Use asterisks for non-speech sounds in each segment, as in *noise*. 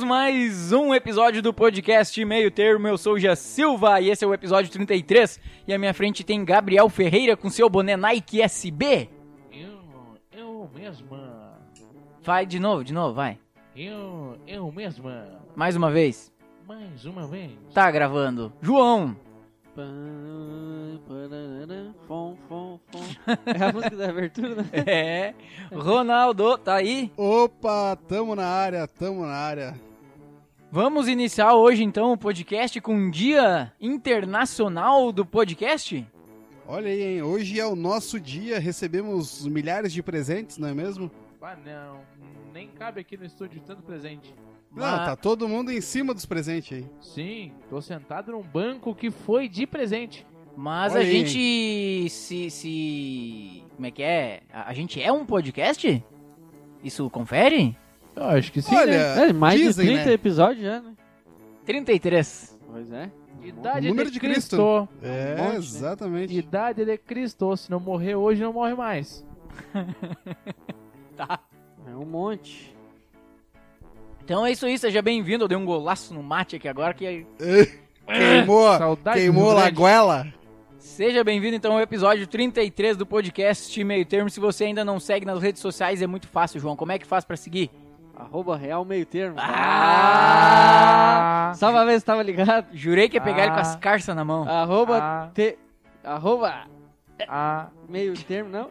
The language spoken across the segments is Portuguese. mais um episódio do podcast Meio Termo. Eu sou o Gia Silva e esse é o episódio 33. E à minha frente tem Gabriel Ferreira com seu boné Nike SB. Eu, eu mesma. Vai de novo, de novo, vai. Eu, eu mesma. Mais uma vez. Mais uma vez. Tá gravando. João. *laughs* Fom, fom, fom. *laughs* É a música da abertura, né? É. Ronaldo, tá aí? Opa, tamo na área, tamo na área. Vamos iniciar hoje então o podcast com um dia internacional do podcast? Olha aí, hein? Hoje é o nosso dia, recebemos milhares de presentes, não é mesmo? Ah, não. Nem cabe aqui no estúdio tanto presente. Ah. Não, tá todo mundo em cima dos presentes Tá aí. Sim, tô sentado num banco que foi de presente. Mas Olha a aí, gente se, se. Como é que é? A a gente é um podcast? Isso confere? Eu acho que Olha, É, mais dizem, de 30 né? episódios já, né? 33. Pois é. Idade Número de de Cristo. Cristo. Um É, monte, né? exatamente. Idade de Cristo. Se não morrer hoje, não morre mais. Tá. É um monte. Então é isso aí, seja bem-vindo. Eu dei um golaço no mate aqui agora que. Queimou, Saudade queimou do Rio a Grande. lagoela. Seja bem-vindo então ao episódio 33 do podcast Meio Termo. Se você ainda não segue nas redes sociais, é muito fácil, João. Como é que faz pra seguir? Arroba real meio termo. Ah! Só uma vez que tava ligado. Jurei que ia pegar ele com as Ah. carças na mão. Arroba Ah. te... Arroba Ah, meio termo, não?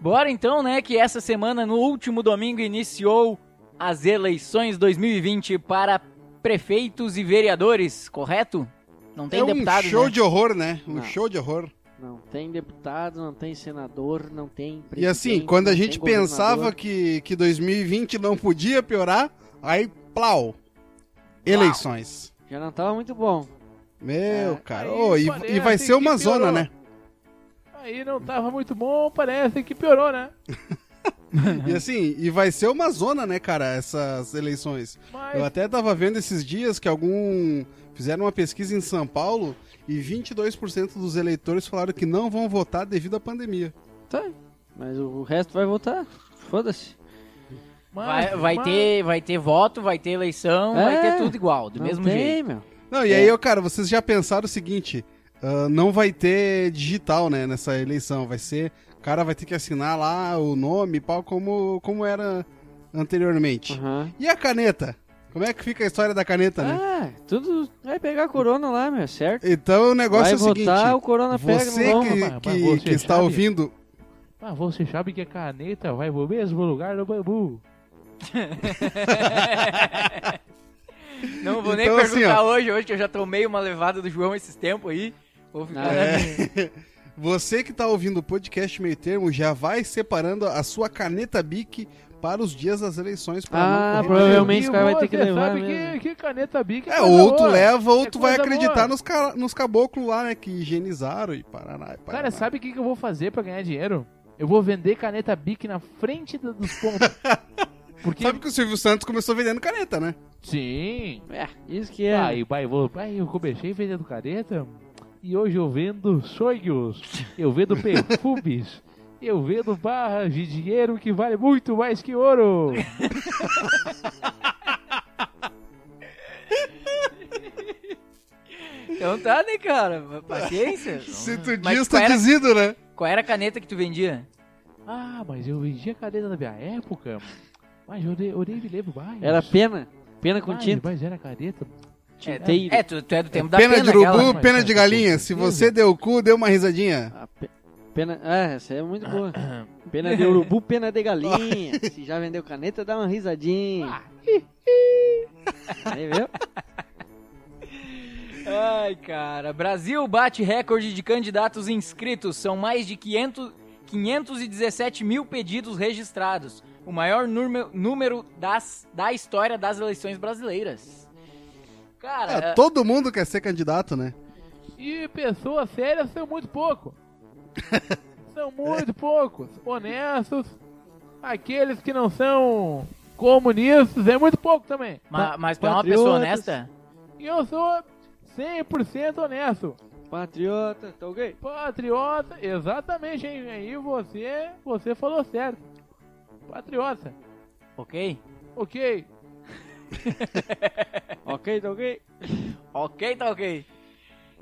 Bora então, né, que essa semana, no último domingo, iniciou as eleições 2020 para prefeitos e vereadores, correto? Não tem é deputado, um show né? de horror, né? Um Não. show de horror. Não tem deputado, não tem senador, não tem E assim, quando né? a gente pensava que, que 2020 não podia piorar, aí, plau, eleições. Já não tava muito bom. Meu, É, cara, aí ô, e, parece e vai ser uma que zona, piorou. né? aí não tava muito bom, parece que piorou, né? E assim, e vai ser uma zona, né, cara, essas eleições. Mas Eu até tava vendo esses dias que algum. Fizeram uma pesquisa em São Paulo e 22% dos eleitores falaram que não vão votar devido à pandemia. Tá. Mas o resto vai voltar. Foda-se. Mas- Vai, vai mas- ter, vai ter voto, vai ter eleição, É, vai ter tudo igual, do Não mesmo tem, *laughs* jeito. meu. Não, e aí, eu, cara, vocês já pensaram o seguinte: ah, não vai ter digital, né, nessa eleição. Vai ser. O cara vai ter que assinar lá o nome e pau, como, como era anteriormente. Aham. E a caneta? Como é que fica a história da caneta, né? Ah, tudo vai pegar corona lá, meu, certo? Então o negócio vai é o seguinte. votar, o corona Ah, pega Você no que, rapaz, que- você que está sabe? ouvindo, Mas você sabe que a caneta vai pro mesmo lugar do bambu. Não vou nem Então, assim, perguntar ó. hoje, hoje que eu já tomei uma levada do João esses tempos aí. Vou ficar Ah, na é? minha. Você que tá ouvindo o podcast Meio Termo já vai separando a sua caneta BIC para os dias das eleições. pra Ah, correr provavelmente E o cara vai ter que você levar sabe mesmo. que, que caneta bica. perigo. É, ou tu boa. leva ou tu É vai coisa boa. acreditar nos, ca- nos caboclos lá, né? Que higienizaram e paraná. E paraná. Cara, sabe o que, que eu vou fazer pra ganhar dinheiro? Eu vou vender caneta Bic na frente do- dos pontos. Porque. Sabe que o Silvio Santos começou vendendo caneta, né? Sim. É, isso que é. Ah, Aí, pai, vou. Aí eu comecei vendendo caneta e hoje eu vendo sonhos. Eu *laughs* vendo perfumes. Eu vendo barras de dinheiro que vale muito mais que ouro. *laughs* Então tá, né, cara? Paciência. *laughs* Se tu Ah, Mas diz, qual tá era- dizido, né? Qual era a caneta que tu vendia? Ah, mas eu vendia caneta na minha época. Mas eu, nem- eu nem me lembro mais. Era pena. Pena com mas, tinta. mas era caneta. Tinteiro. É, é, tu, tu é do tempo da pena, de urubu, aquela. né? pena de galinha. Se Beleza. você deu o cu, deu uma risadinha. A pe- Pena... Ah, essa é muito boa. Pena de urubu, pena de galinha. Se já vendeu caneta, dá uma risadinha. Aí, viu? Ai, cara. Brasil bate recorde de candidatos inscritos. São mais de 500, 517 mil pedidos registrados. O maior número, número das, da história das eleições brasileiras. Cara, é, Ah, todo mundo quer ser candidato, né? E pessoas sérias são muito *laughs* pouco. são muito poucos. Honestos. Aqueles que não são comunistas é muito pouco também. ma- mas tu é uma patriotas. pessoa honesta? E eu sou 100% honesto. Patriota, tá ok? Patriota, exatamente, hein? Aí você, você falou certo. Patriota. Ok. Ok. ok, tá ok? Ok, tá ok.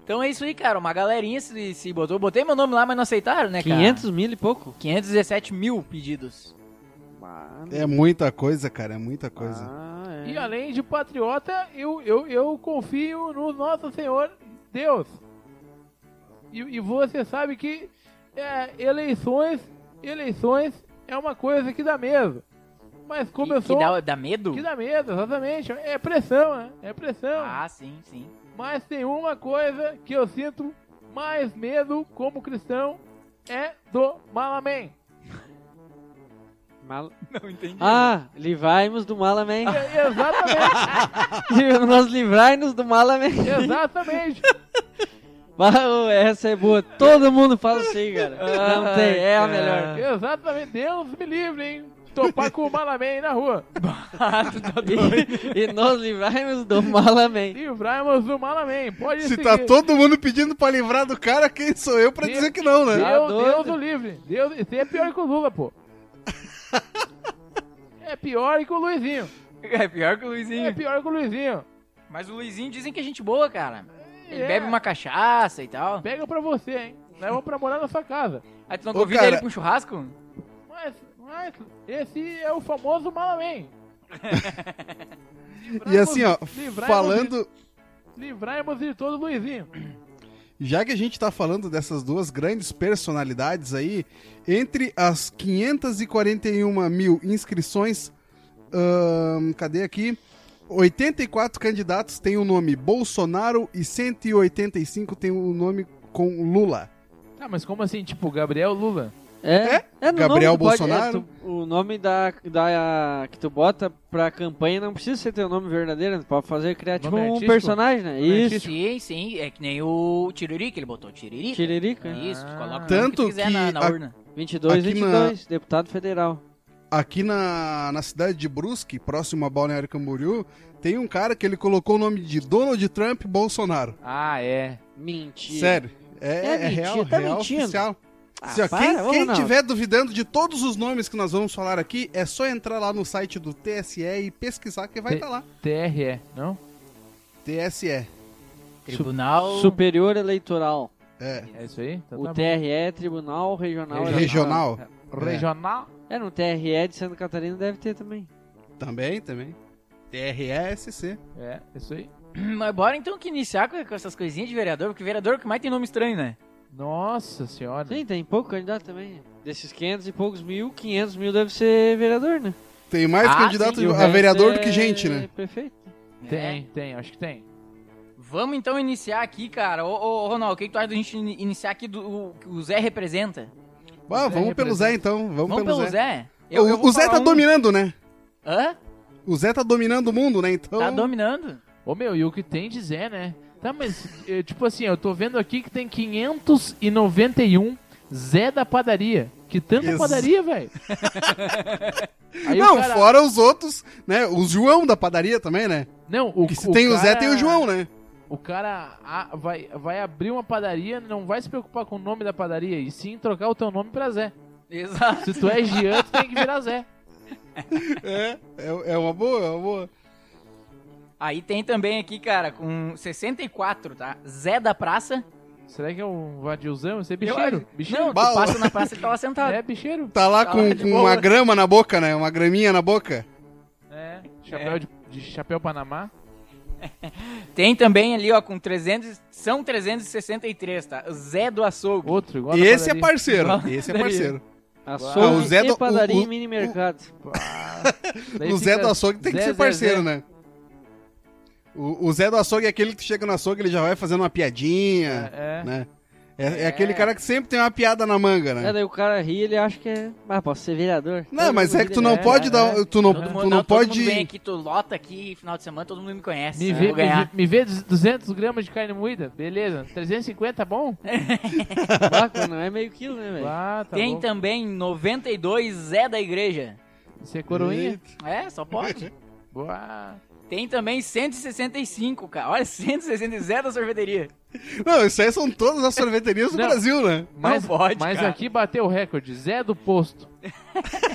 Então é isso aí, cara. Uma galerinha se, se botou. Botei meu nome lá, mas não aceitaram, né, cara? 500 mil e pouco? 517 mil pedidos. Mano. É muita coisa, cara, é muita coisa. Ah, é. E além de patriota, eu, eu, eu confio no nosso Senhor Deus. E, e você sabe que é, eleições, eleições é uma coisa que dá medo. Mas Que- começou. Que dá, dá medo? que dá medo, exatamente. É pressão, né? É pressão. Ah, sim, sim. Mas tem uma coisa que eu sinto mais medo como cristão é do Malamém. Mal- Não entendi. Ah, livrai-nos do *laughs* mal, amém. É- Exatamente, *laughs* Nós livrai-nos do mal, amém. exatamente. Uau, Essa é boa. Todo mundo fala assim, cara. Não tem, é a Ah, melhor. Exatamente. Deus me livre, hein? Topar com o Malamém na rua. *laughs* Ah, tu tá doido. E, e nós livrai-nos do mal, amém. Livrai-nos do Malamém. Pode Se seguir. tá todo mundo pedindo pra livrar do cara, quem sou eu pra Sim. dizer que não, né? Tá Deus, doido? Deus o livre. Deus, esse é pior que o Lula, pô. É pior que o Luizinho. *laughs* É pior que o É Luizinho. pior que o Luizinho. Mas o Luizinho dizem que é gente boa, cara. Ele É. bebe uma cachaça e tal. Pega pra você, hein? Leva pra morar na sua casa. Aí tu não Ô, convida cara. ele pra um churrasco? Mas, mas esse é o famoso Malamém. *laughs* E assim, ó, Livrai-nos falando, de- Livrai-nos de todo Luizinho. já que a gente tá falando dessas duas grandes personalidades aí, entre as 541 mil inscrições, ahn, cadê aqui? 84 candidatos têm o nome Bolsonaro e 185 têm o nome com Lula. Tá, mas como assim? Tipo, Gabriel Lula. É, É? no Gabriel nome, tu pode- Bolsonaro? é, tu- o nome da, da, que tu bota pra campanha não precisa ser teu nome verdadeiro, tu pode fazer criar tipo Nome um artístico? personagem, né? Nome Isso. artístico. Sim, sim. É que nem o Tiririca, ele botou Tiririca. Tiririca. Isso, tu coloca o Ah. Tanto nome que tu quiser que na, na a- urna. 22, Aqui na- 22, deputado federal. Aqui na, na cidade de Brusque, próximo a Balneário Camboriú, tem um cara que ele colocou o nome de Donald Trump Bolsonaro. Ah, é. Mentira. Sério. É, É é mentira, real, tá real mentindo. oficial. Ah, Se, ó, para, quem ô, quem Ronaldo. tiver duvidando de todos os nomes que nós vamos falar aqui, é só entrar lá no site do TSE e pesquisar que vai T- estar lá. TRE, não? TSE. Tribunal. Superior Eleitoral. É. É isso aí? Então o tá bom. TRE é Tribunal Regional Eleitoral. Regional. Regional. É, no TRE de Santa Catarina deve ter também. Também, também. TRSC. É, isso aí. *clears throat* Mas bora então que iniciar com, com essas coisinhas de vereador, porque vereador é o que mais tem nome estranho, né? Nossa senhora. Sim, tem pouco candidato também. Desses 500 e poucos mil, 500 mil deve ser vereador, né? Tem mais Ah, candidato sim, o a vereador É do que gente, né? Perfeito. Tem, tem, acho que tem. É. Vamos então iniciar aqui, cara. Ô, ô Ronaldo, o que que tu acha da gente in- iniciar aqui do o, que o Zé representa? Ah, Zé vamos pelo representa. Zé, então. Vamos, Vamos pelo Zé. Eu- o eu vou o Zé falar tá um- dominando, né? Hã? O Zé tá dominando o mundo, né? Então. Tá *laughs* dominando. Ô meu, e o que tem de Zé, né? Tá, mas eh, tipo assim, eu tô vendo aqui que tem 591 Zé da padaria. Que tanta Ex- padaria, *laughs* velho. Aí o Não, cara- fora os outros, né? O João da padaria também, né? Não, o, Porque se tem o Zé, cara- tem o João, né? O cara ah, vai, vai abrir uma padaria, não vai se preocupar com o nome da padaria, e sim trocar o teu nome pra Zé. Exato. Se tu é Jean, tu tem que virar Zé. É, é, é uma boa, é uma boa. Aí tem também aqui, cara, com 64, tá? Zé da Praça. Será que é um vadilzão? Você é Eu bicheiro? acho- Bicheiro? Não, tu Bala. passa na praça e tá lá *laughs* sentado. É bicheiro? Tá lá Tá com, lá de com boa. uma grama na boca, né? Uma graminha na boca. É. Chapéu De, de chapéu Panamá. Tem também ali, ó, com 300... São 363, tá? Zé do Açougue. Outro, igual E na esse é padaria. parceiro. Igual Esse é daí. parceiro. Açougue Ah, o Zé e do- o- padaria o- e mini mercado. Daí o Zé fica do Açougue tem que Zé, ser Zé, parceiro, Zé. né? O, o Zé do Açougue é aquele que tu chega no açougue, ele já vai fazendo uma piadinha, É, né? É, é É. aquele cara que sempre tem uma piada na manga, É, né? daí o cara ri, ele acha que é... Ah, posso ser vereador. Não, mas é que tu é, não pode é. dar. Tu não, Todo mundo, tu não Todo mundo vem pode. aqui, tu lota aqui, final de semana, todo mundo me conhece. Me eu vê, vou me, ganhar. vê- me vê 200 gramas de carne moída, beleza. 350, tá bom? Ah, pô, não é meio quilo, né, velho? Ah, tá Tem bom. também 92 Zé da Igreja. Você é coroinha? Eita. É, só pode. Boa. Tem também 165, cara. Olha, 160 Zé da sorveteria. Não, isso aí são todas as sorveterias do Não. Brasil, né? Mas, pode, mas cara. aqui bateu o recorde, Zé do posto.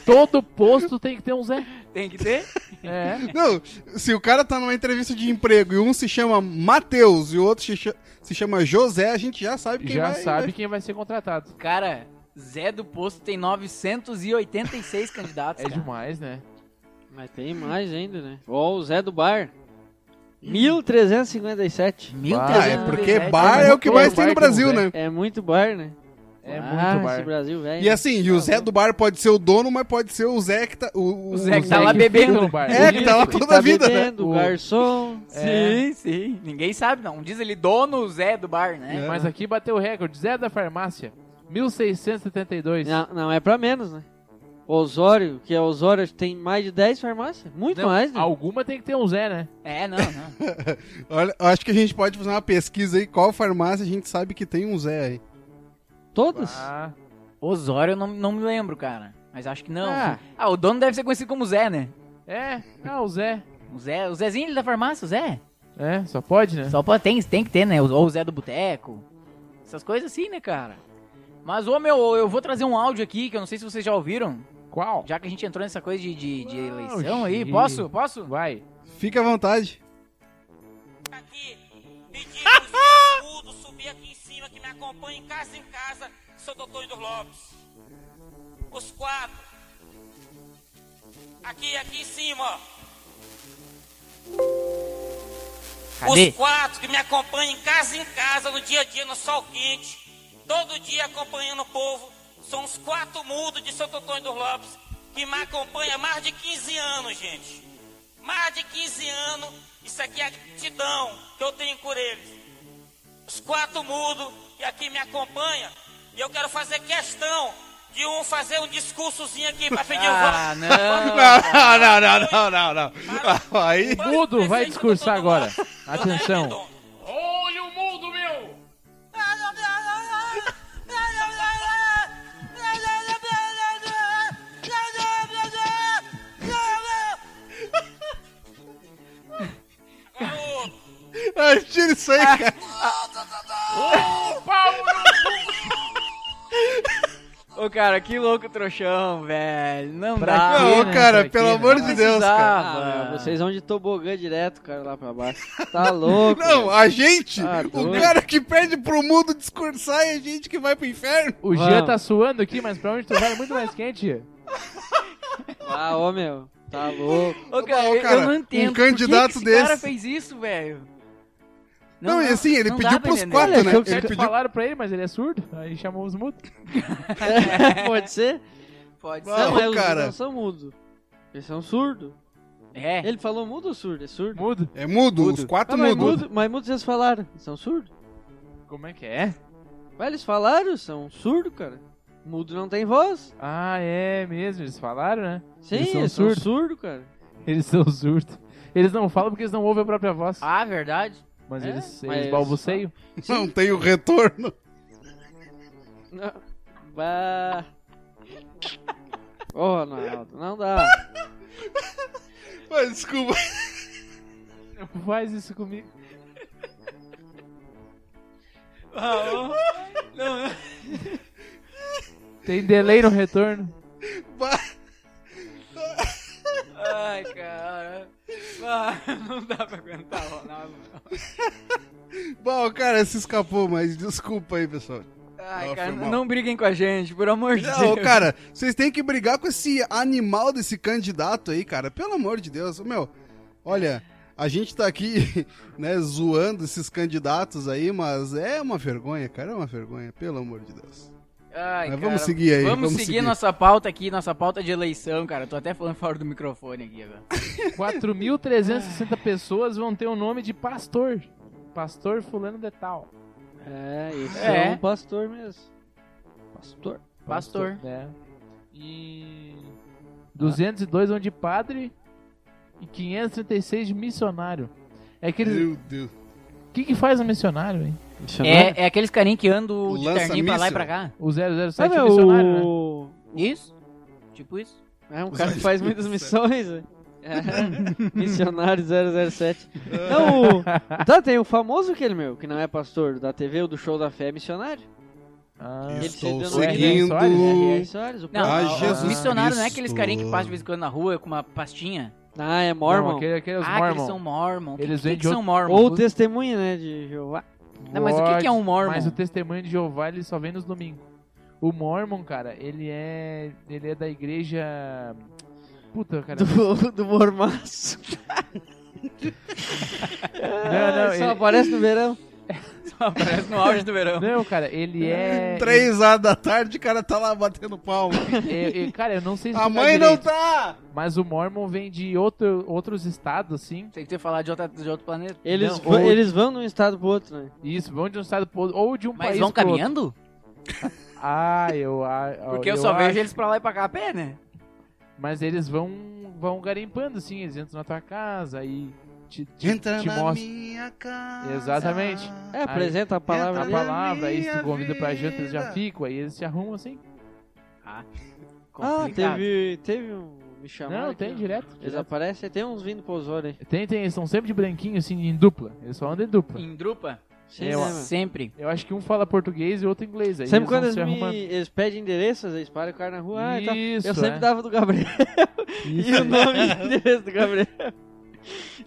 Todo posto tem que ter um Zé. Tem que ter? É. Não, se o cara tá numa entrevista de emprego e um se chama Matheus e o outro se cha- se chama José, a gente já sabe quem Já vai... né? sabe quem vai ser contratado. Cara, Zé do Posto tem 986 candidatos, É cara. demais, né? Mas tem mais ainda, né? Ó, o Zé do Bar. Ah, 1357. é 1337. porque bar é o que mais tem no Brasil, né? É muito bar, né? É ah, muito Esse bar. Brasil, velho. E assim, e o Zé do bar pode ser o dono, mas pode ser o Zé que tá... O, O Zé que tá Zé lá que bebendo. fica no bar. É, que tá lá Que toda tá a vida, né? bebendo, O- garçom. é- Sim, sim. Ninguém sabe, não. Um Diz ele dono Zé do bar, né? É. Mas aqui bateu o recorde. Zé da farmácia. 1672. Não, não é pra menos, né? Osório, que é Osório, acho que tem mais de 10 farmácias. Muito Não, mais, né? Alguma tem que ter um Zé, né? É, não, não. Olha, eu acho que a gente pode fazer uma pesquisa aí, qual farmácia a gente sabe que tem um Zé aí. Todas. Ah, Osório eu não, não me lembro, cara. Mas acho que não. Ah. Ah. o dono deve ser conhecido como Zé, né? é. Ah, o Zé. O, Zé, o Zezinho da farmácia, o Zé. É, só pode, né? Só pode, tem, tem que ter, né? Ou o Zé do Boteco. Essas coisas assim, né, cara? Mas, ô meu, eu vou trazer um áudio aqui que eu não sei se vocês já ouviram. Qual? Já que a gente entrou nessa coisa de, de, de Ah, eleição aí. gente. Posso? Posso? Vai. Fica à vontade. aqui, pedindo os escudos, subir aqui em cima, que me acompanha em casa em casa, seu doutor Indo Lopes. Os quatro. Aqui, aqui em cima, ó. Cadê? Os quatro que me acompanham em casa em casa, no dia a dia, no sol quente, todo dia acompanhando o povo, são os quatro mudos de Santo Antônio dos Lopes, que me acompanham há mais de 15 anos, gente. Mais de 15 anos, isso aqui é a gratidão que eu tenho por eles. Os quatro mudos que aqui me acompanham, e eu quero fazer questão de um fazer um discursozinho aqui para pedir o voto. *laughs* Ah, não. *laughs* Não, não, não, não, não, não. Aí... *laughs* Mudo vai discursar agora. Atenção. Olha o mundo, meu! Ai, tira isso aí, cara. Ô, cara, que louco trouxão, velho. Não Pra dá. quê, Não, né, cara, isso aqui, pelo né? amor Não de Deus, cara. precisava. Ah, meu, vocês vão de tobogã direto, cara, lá pra baixo. Tá *laughs* louco. Não, a gente, Ah, o doido. cara que pede pro mundo discursar é a gente que vai pro inferno. O Vamos. Jean tá suando aqui, mas pra onde tu vai é muito mais quente. Ah, ô, meu. Tá louco. Ô, cara, Ô, cara, eu não um entendo. candidato Por que que esse cara desse- fez isso, velho? Não, e assim, ele não pediu dá pra pros entender. quatro, É Olha, né? que eu- Ele Certo, pediu... Falaram pra ele, mas ele é surdo. Aí chamou os mudos. Pode ser? Pode Não, Não, ser. mas os cara. não são mudos. Eles são surdos. É. Ele falou mudo ou surdo? É surdo. Mudo. É mudo, Mudo. os quatro Ah, mas, mudo. mudo, mas mudo vocês falaram. Eles são surdos. Como é que é? Mas eles falaram, são surdo, cara. Mudo não tem voz. Ah, é mesmo. Eles falaram, né? Sim, Eles eles são são, surdo. surdo, cara. Eles são surdos. Eles não falam porque eles não ouvem a própria voz. Ah, verdade. mas é? eles, Mas eles eles balbuceiam. Não tem o retorno. Não. Bah. Ô, Ronaldo, não dá. Mas, desculpa. *laughs* Não faz isso comigo. *laughs* Tem delay no retorno. Ai, cara. Ah, *laughs* não dá pra aguentar, Ronaldo. não. Bom, cara, se escapou, mas desculpa aí, pessoal. Ai, Não, cara, foi mal. não briguem com a gente, por amor de Não, Deus. cara, vocês têm que brigar com esse animal desse candidato aí, cara. Pelo amor de Deus. Meu, olha, a gente tá aqui, *laughs* né, zoando esses candidatos aí, mas é uma vergonha, cara. É uma vergonha, pelo amor de Deus. Ai, Mas cara, vamos seguir aí, Vamos, vamos seguir, seguir. nossa pauta aqui, nossa pauta de eleição, cara. Eu tô até falando fora do microfone aqui agora. Tá 4.360 pessoas vão ter o nome de pastor. Pastor fulano de tal. É, esse É. é, um pastor mesmo. Pastor. Pastor. Né? E 202 vão de padre e 536 de missionário. É aquele. Meu Deus. O que, que faz um missionário, hein? É, é aqueles carinha que andam de Lança terninho pra lá e pra míssil. cá. O 007 Ah, Sabe é o... missionário, né? Isso? Tipo isso? É um cara que faz muitas missões, né? *laughs* É. Missionário 007. Não, o... Tá, tem o famoso aquele meu, que não é pastor da TV ou do show da fé, é missionário. Ah, Ele Estou se seguindo- denomina R.R. Soares, o Não, Ah, o- próprio- Jesus o missionário não é Cristo. aqueles carinha que passa de vez em quando na rua com uma pastinha? Ah, é Mormon. Mormon. Aquele, é aquele é os ah, que eles Mormon. são mormon. Que- Eles que, vêm que de são mormon? Ou testemunha, né, de Jeová. Não, mas o que que é um Mormon? Mas o testemunho de Jeová, ele só vem nos domingos. O Mormon, cara, ele é. Ele é da igreja. Puta, *laughs* cara. *laughs* Do, do mormaço. É, Não, não, Só ele- aparece no verão. Só *laughs* aparece no auge do verão. Não, cara, ele *laughs* é. Três horas da tarde o cara tá lá batendo palma. é- é- cara, eu não sei se. A mãe não tá! Mas o Mormon vem de outro, outros estados, assim. Tem que ter falado de, outra, de outro planeta. Eles, Não, va- ou- eles vão de um estado pro outro, né? Isso, vão de um estado pro outro. Ou de um Mas país. vão pro outro. caminhando? Ah, eu acho. Porque eu, só vejo eles pra lá e pra cá a pé, né? Mas eles vão, vão garimpando, assim. Eles entram na tua casa e te, te, Entra te na mostram. minha casa. Exatamente. É, apresenta a palavra a Entra ali. na palavra, aí se tu minha convida pra janta, eles já vida. ficam, aí eles se arrumam assim. Ah, Complicado. teve, teve um... Me chamaram Não, aqui, tem ó. direto. Eles direto. aparecem, tem uns vindo pro Osório aí. Tem, tem, eles são sempre de branquinho, assim, em dupla. Eles só andam em dupla. Em drupa? Sim, Eu- né, mano? Sempre. Eu acho que um fala português e outro inglês. Aí Sempre eles quando vão eles, se me, arrumando. eles pedem endereço, às vezes param o cara na rua. Ah, e tal. Isso, Eu sempre é. dava do Gabriel. *laughs* Isso E o aí. nome e o endereço *laughs* do Gabriel.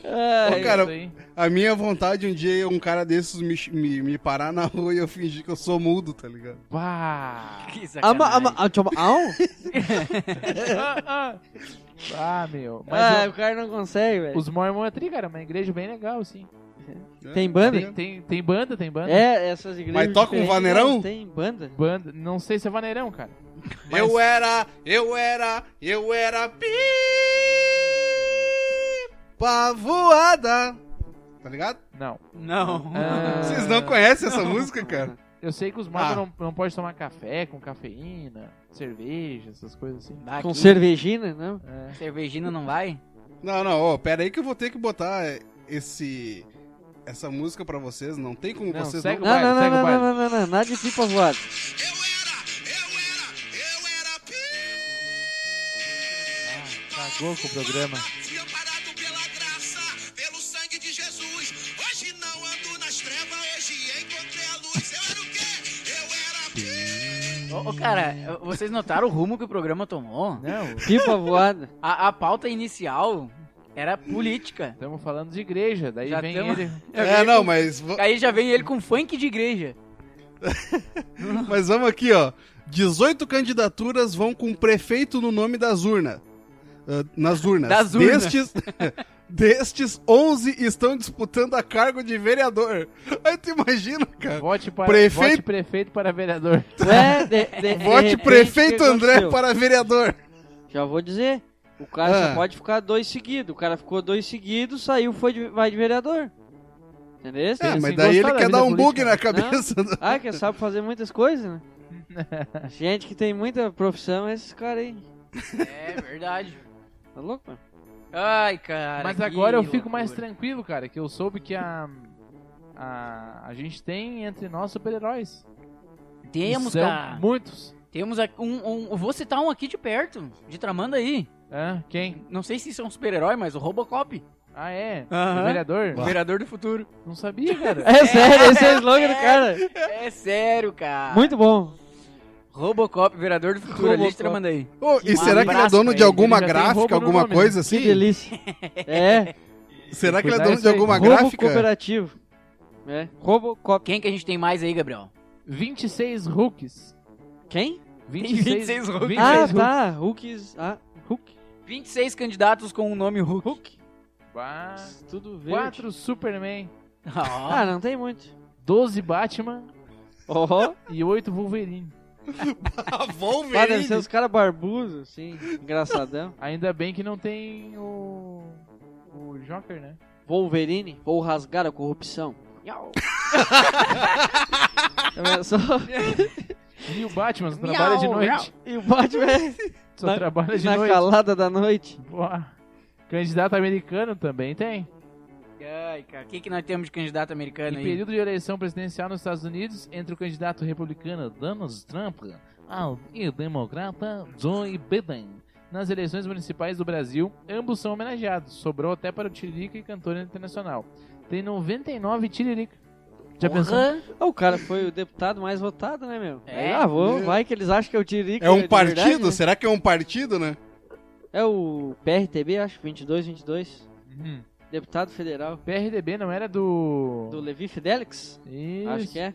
Ô, Ai, cara, Isso aí. a minha vontade um dia é um cara desses me, me, me parar na rua e eu fingir que eu sou mudo, tá ligado? Pá. Que ama, ama, sacanagem. ah, tipo, tchau, um? *laughs* au? ah, ah. Ah, *laughs* meu. Mas Ah, eu- o cara não consegue, velho. os Mormon é tri, cara. é Uma igreja bem legal, assim. Tem Tá banda? Tem, tem, tem banda, tem banda. É, essas igrejas. Mas toca um diferentes, vaneirão? não Tem banda. Banda. Não sei se é vaneirão, cara. Mas- Eu era, eu era, eu era pipa voada. Tá ligado? Não. Não. Ah, Vocês não conhecem *laughs* essa música, cara? Eu sei que os Mormon Ah. não, não podem tomar café com cafeína, cerveja, essas coisas assim. Dá Com aqui. cervejina, né? É. Cervejina não vai? Não, não, ó, pera aí que eu vou ter que botar esse essa música pra vocês, não tem como Não, vocês segue não... o Não, baile, não, não, segue o não, baile. não, não, não, nada de pipa voada. Cagou com o programa. Fui amparado pela graça, pelo sangue de Jesus. Hoje não ando nas trevas, hoje encontrei a luz. Eu era o quê? Eu era Ô, ô, cara, vocês notaram o rumo que o programa tomou? Não, *laughs* Pipa voada. A, a pauta inicial era política. estamos falando de igreja, daí Já vem tamo- ele. É, não, mas, vo- Aí já vem ele com funk de igreja. mas vamos aqui, ó. 18 candidaturas vão com prefeito no nome das urnas. nas urnas. Das urnas. Destes, *laughs* destes, 11 estão disputando a cargo de vereador. Aí tu imagina, cara. Vote, para, Prefeito- vote prefeito para vereador. Ué, é, de- *laughs* de- de Vote repente, o prefeito que André aconteceu? para vereador. Já vou dizer. O cara Ah. só pode ficar dois seguidos. O cara ficou dois seguidos, saiu, foi de, vai de vereador. Entendeu? É, assim, mas daí ele gostar da quer vida dar um bug política. na cabeça. do- Ah, que sabe fazer muitas coisas, *laughs* né? Gente que tem muita profissão, é esses caras aí. É verdade. Tá louco, mano? Ai, cara. Mas que agora eu fico loucura. mais tranquilo, cara, que eu soube que a. A, a gente tem entre nós super-heróis. E Temos, são cara. Muitos. Temos aqui um, um- eu Vou citar um aqui de perto, de tramando aí. Hã? quem? Não sei se isso é um super-herói, mas o Robocop. Ah, é? Aham. O vereador? O vereador do futuro. Não sabia, *laughs* cara. É sério, esse é o slogan do cara. É sério, cara. Muito bom. Robocop, vereador do futuro. Ali de Robocop. tramando aí. Ô, e Um será que ele é abraço dono pra de ele, alguma ele já tem roubo gráfica, no alguma nome, né? coisa Que assim? delícia. É, Será que ele é Cuidar dono isso de aí. alguma roubo gráfica? cooperativo. É, Robocop. Quem que a gente tem mais aí, Gabriel? 26 Hulks. Quem? 26, 26 Hulks. Ah, 26 Hulks. tá. Hulks. Ah, Hulk. 26 candidatos com o nome Hulk. Bah, Tudo verde. 4 Superman. Ah, Ah, não tem muito. 12 Batman. Ó, oh, e 8 Wolverine. Ah, deve ser os caras barbudos, assim, engraçadão. Ainda bem que não tem o. O Joker, né? Wolverine, vou rasgar a *laughs* corrupção. Miau. É só... E o Batman, só trabalha de Miau, noite. E o Batman Só Na- trabalha de na noite. calada da noite. Boa. Candidato americano também tem. Ai, cara. O que, que nós temos de candidato Em americano aí? período de eleição presidencial nos Estados Unidos, entre o candidato republicano Donald Trump ao- e o democrata Joe Biden. Nas eleições municipais do Brasil, ambos são homenageados. Sobrou até para o Tiririca e cantora internacional. Tem 99 Tiririca. Já pensou? Porra. Ah, o cara foi o deputado mais votado, né, meu? É? Aí, ah, vou, É. vai que eles acham que eu tirico. É um de verdade, partido? né? Será que é um partido, né? É o PRTB, acho, 22, 22. Uhum. Deputado federal. PRDB não era do. Do Levi Fidelix? Isso. Acho que é.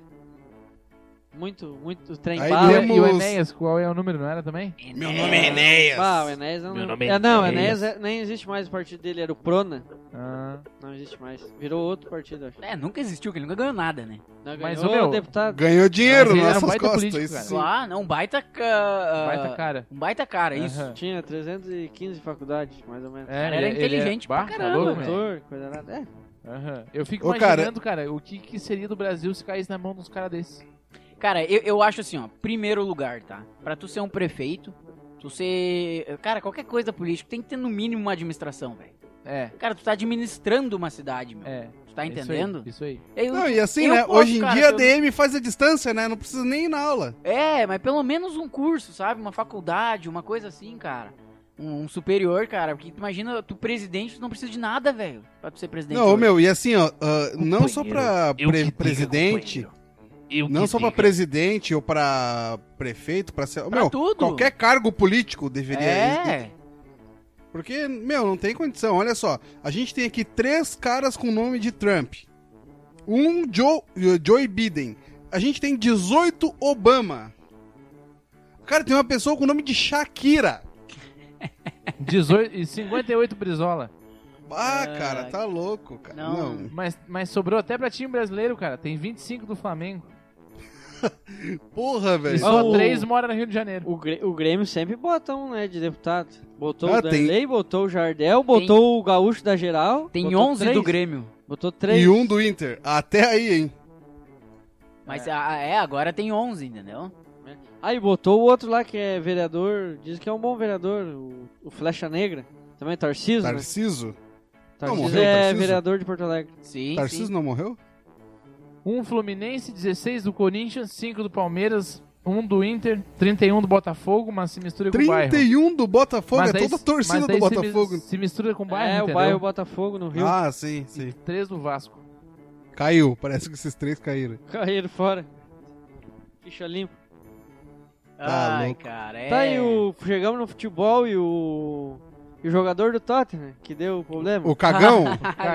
Muito, muito trem Aí bala. E o- temos- E o Enéas, qual é o número? Não era também? Meu nome é Enéas. Ah, o Enéas não. Meu nome é é, não, o Enéas. Enéas é- nem existe mais o partido dele, era o Prona. Ah. Não existe mais. Virou outro partido, acho. É, nunca existiu, que ele nunca ganhou nada, né? Não, Mas, ganhou ô, meu, o deputado. Ganhou dinheiro Mas ele nas era um nossas baita costas. político, isso cara. sim. Ah, não, um baita. ca- Baita cara. Um baita cara, isso. Aham. Tinha 315 faculdades, mais ou É, menos. cara era inteligente pra bah, né? tá caramba, louco, velho. Doutor, coisa nada. É, Aham. Eu fico Ô, cara- imaginando, cara, o que, que seria do Brasil se caísse na mão dos caras desses. Cara, eu, eu acho assim, ó, primeiro lugar, tá? Pra tu ser um prefeito, tu ser. Cara, qualquer coisa política, tem que ter no mínimo uma administração, velho. É, Cara, tu tá administrando uma cidade, meu. é. Tu tá Isso aí, entendendo? Isso aí. Eu- Não, e assim, eu né? posso, hoje em cara, dia a eu- DM faz a distância, né? Não precisa nem ir na aula. É, mas pelo menos um curso, sabe? Uma faculdade, uma coisa assim, cara. Um, um superior, cara. Porque tu imagina, tu presidente, tu não precisa de nada, velho. Pra tu ser presidente. Não, hoje. meu, e assim, ó, ah, não só pra pre- presidente, não só *laughs* pra presidente ou pra prefeito, pra ser. Pra meu, tudo. qualquer cargo político deveria né? É. Porque, meu, não tem condição. Olha só, a gente tem aqui três caras com o nome de Trump. Um Joe, Joe Biden. A gente tem 18 Obama. Cara, tem uma pessoa com o nome de Shakira. 18 e 58 Brizola. Ah, Ah, cara, tá louco, cara. não. Não. Mas, mas sobrou até pra time brasileiro, cara. Tem 25 do Flamengo. Porra, E velho. só Ó, o- 3 mora no Rio de Janeiro. o, Grê- o Grêmio sempre bota um, né, de deputado. Botou Ah, o tem- Danley, botou o Jardel, botou o Gaúcho da Geral. Tem é botou 11 do três, Grêmio. Botou três. E um do Inter. Até aí, hein? Mas ah, é. agora tem 11, entendeu? Aí botou o outro lá que é vereador, diz que é um bom vereador, o, o Flecha Negra. Também Tarciso, né? Tarciso? Tarciso morreu o é Tarciso? vereador de Porto Alegre. Sim. Tarciso sim. não morreu? Um Fluminense, 16 do Corinthians, 5 do Palmeiras, 1 do Inter, 31 do Botafogo, mas se mistura com o bairro. 31 do Botafogo, mas é daí- toda a torcida mas daí do se mi- Botafogo. Se, mistura Um com o bairro, é, entendeu? o bairro Botafogo no Rio. Ah, sim, sim. 3 do Vasco. Caiu, parece que esses três caíram. Carreiro fora. Ficha limpa. Tá Ai, louco. cara. É... Tá aí o. Chegamos no futebol e o. E o jogador do Tottenham, que deu o problema. *laughs* O cagão?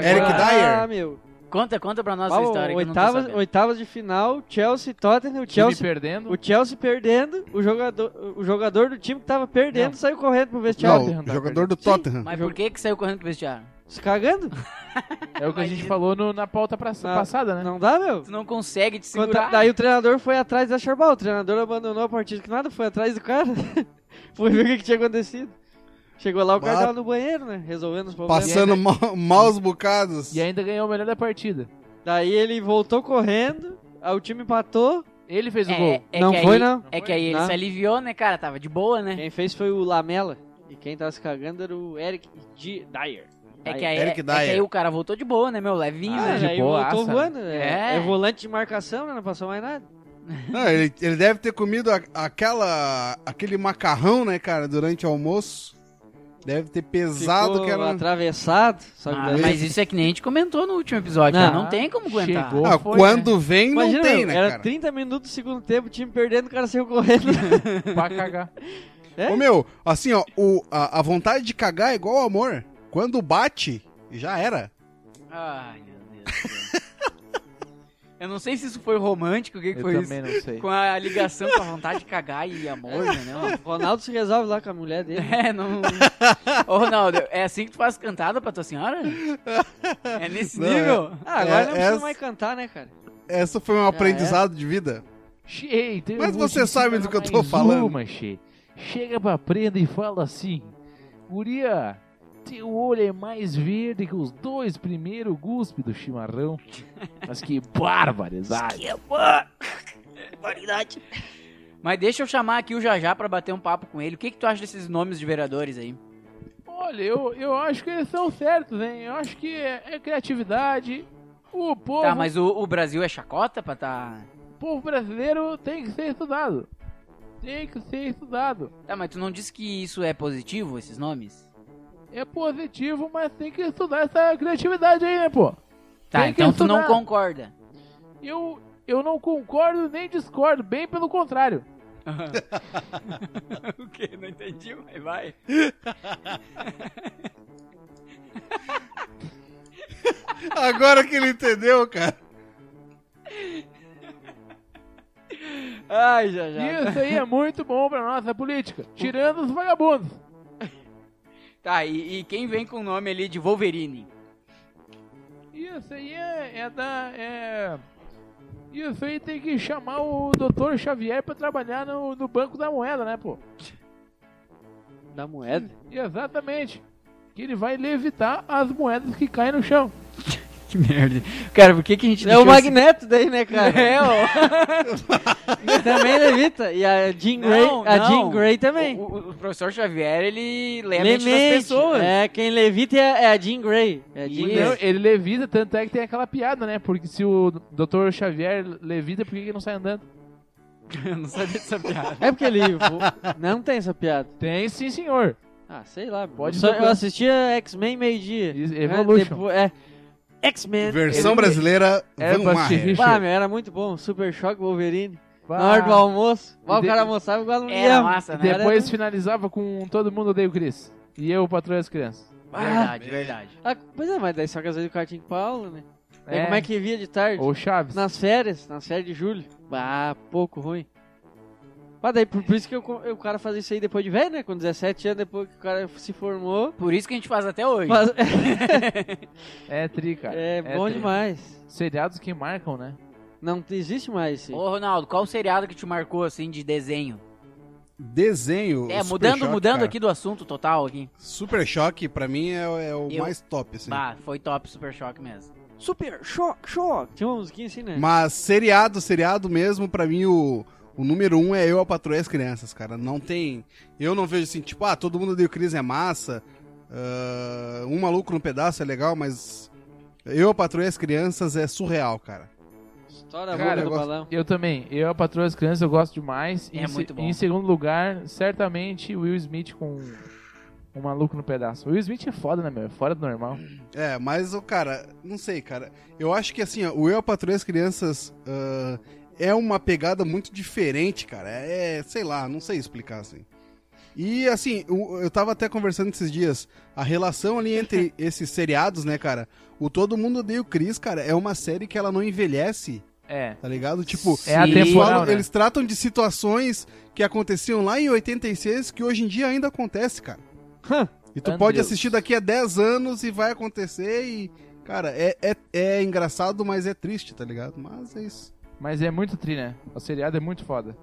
Eric Agora- Dyer? Ah, meu. Conta, conta pra nós Bah, essa história. que eu não tô oitavas, sabendo. oitavas de final, Chelsea e Tottenham, o Time Chelsea, perdendo. o Chelsea perdendo, o jogador, o jogador do time que tava perdendo Não. saiu correndo pro vestiário. Não, Tottenham, o tá jogador do Sim, Tottenham. Mas por que que saiu correndo pro vestiário? Se cagando? É o que a gente falou no- na pauta pra- Ah, passada, né? Não dá, meu. Tu não consegue te Quando- segurar. daí o treinador foi atrás da Charbal. O treinador abandonou a partida que nada, foi atrás do cara. *laughs* foi ver o que, que tinha acontecido. Chegou lá, o cara Bah. tava no banheiro, né? Resolvendo os problemas. Passando ma- maus bocados. E ainda ganhou o melhor da partida. Daí ele voltou correndo, aí o time empatou. Ele fez o É, *laughs* gol. é não que foi, aí- não. É que aí ele Não. se aliviou, né, cara? Tava de boa, né? Quem fez foi o Lamela. E quem tava se cagando era o Eric D- Dyer. É que, aí, é Eric que Dyer. aí o cara voltou de boa, né, meu? Levinho, Ah, né? de aí boaça, voltou né? voando. É. É. é volante de marcação, né? Não passou mais nada. Não, ele, ele deve ter comido a- aquela, aquele macarrão, né, cara, durante o almoço. Deve ter pesado Ficou que era. um- atravessado. tá Só que Ah, daí... mas isso é que nem a gente comentou no último episódio, cara. Não. Não tem como aguentar. Ah, Chegou. Ah, foi, quando vem, não Imagina, tem, meu, né, era cara? 30 minutos do segundo tempo, o time perdendo, o cara *laughs* saiu correndo. *laughs* Pra cagar. É? Ô, meu, assim, ó, o, a, a vontade de cagar é igual ao amor. Quando bate, já era. Ai, meu Deus do céu. Eu não sei se isso foi romântico, o que, que Eu foi isso? também não sei. Com a ligação com a vontade de cagar e amor, né? O Ronaldo se resolve lá com a mulher dele. É, não. Ô, Ronaldo, é assim que tu faz cantada pra tua senhora? É nesse Não, nível? Ah, agora É, não precisa essa- mais cantar, né, cara? Essa foi um aprendizado de vida. Cheio, teve Mas um você monte de sabe coisa do que eu tô mais falando. Uma, che. Chega pra prenda e fala assim: Guria, teu olho é mais verde que os dois primeiros guspe do chimarrão. *laughs* Mas que barbaridade. Mas deixa eu chamar aqui o Jajá pra bater um papo com ele. O que, que tu acha desses nomes de vereadores aí? Tá, Olha, eu, eu acho que eles são certos, hein? Eu acho que é, é criatividade. O povo, Tá, mas o, o Brasil é chacota pra tá. o povo brasileiro tem que ser estudado. Tem que ser estudado. Tá, mas tu não disse que isso é positivo, esses nomes? É positivo, mas tem que estudar essa criatividade aí, né, pô? Tá, Tem que então tu não *laughs* estudar. concorda. eu, eu não concordo nem discordo, bem pelo contrário. o quê? Não entendi, mas vai. Agora que ele entendeu, cara. Ai, já já. Isso aí é muito bom pra nossa política, tirando os vagabundos. Tá, e, e quem vem com o nome ali de Wolverine? Isso aí é, é da. É... Isso aí tem que chamar o Dr. Xavier pra trabalhar no, no Banco da Moeda, né, pô? Da moeda? Exatamente. Que ele vai levitar as moedas que caem no chão. Que merda. Cara, por que, que a gente É o deixou esse- Magneto daí, né, cara? É, *laughs* ó. também levita. E a Jean Grey, Não, a não. Jean Grey também. O, é o- o professor Xavier, ele leva Lemente. as pessoas. É, quem levita é, é a Jean Grey. É a Jean Isso. Não, Grey. ele levita, tanto é que tem aquela piada, né? Porque se o Dr. Xavier levita, por que ele não sai andando? *laughs* Eu não sabia dessa *laughs* piada. É *laughs* porque ele... vo- Não tem essa piada. Tem sim, senhor. Ah, sei lá. Pode Pode só, procurar. eu assistia X-Men meio-dia. Isso, É, Evolution. depois- É, X-Men. Versão Ele- brasileira, É, Van pra Maher. assistir Ah, meu, era muito bom. Super Choque Wolverine. Pá. Na hora do almoço. Ó, o De- cara almoçava igual não Era ia. massa, né? Era- Depois finalizava com todo mundo odeia o Chris. E eu, patroa as crianças. Verdade, verdade. Ah, pois é, mas daí só que às vezes o cara tinha que ir pra aula, né? Daí É. como é que via de tarde? Ou Chaves. Nas férias, nas férias de julho. Bah, pouco ruim. Mas daí por, por isso que eu co- eu- o cara fazia isso aí depois de velho, né? Com 17 anos, depois que o cara se formou. Por isso que a gente faz até hoje. Mas- *laughs* É tri, cara. *laughs* é, bom tri. demais. Seriados que marcam, né? Não existe mais isso. aí. Ô, Ronaldo, qual o seriado que te marcou, assim, de desenho? Desenho. É, Super mudando, Choque, mudando cara. aqui do assunto total aqui. Super Choque, pra mim, é, é o Eu- mais top, assim. Bah, foi top, super choque mesmo. Super choque, choque. Tinha uma musiquinha assim, né? Mas seriado, seriado mesmo, pra mim o, o número um é eu, a patroa e as crianças, cara. Não tem. Eu não vejo assim, tipo, ah, todo mundo deu crise é massa. ah, um maluco no pedaço é legal, mas. Eu, a patroa e as crianças é surreal, cara. Estoura a Cara, boca eu do gosto- balão. Eu também. Eu, a patroa das crianças, eu gosto demais. É em, se- muito bom. em segundo lugar, certamente Will Smith com um maluco no pedaço. Will Smith é foda, né, meu? É fora do normal. É, mas, o cara, não sei, cara. Eu acho que assim, ó, o eu, a patroa e as crianças. ah, é uma pegada muito diferente, cara. É, sei lá, não sei explicar assim. E assim, eu, eu tava até conversando esses dias, a relação ali *laughs* entre esses seriados, né, cara? O Todo Mundo Odeia o Chris, cara, é uma série que ela não envelhece, É. tá ligado? Tipo, É a Sim. eles, temporada, falam- né? eles tratam de situações que aconteciam lá em 86 que hoje em dia ainda acontece, cara. Hã? E tu Meu pode Deus. assistir daqui a 10 anos e vai acontecer e, cara, é, é, é engraçado, mas é triste, tá ligado? Mas é isso. Mas é muito tri, né? O seriado é muito foda.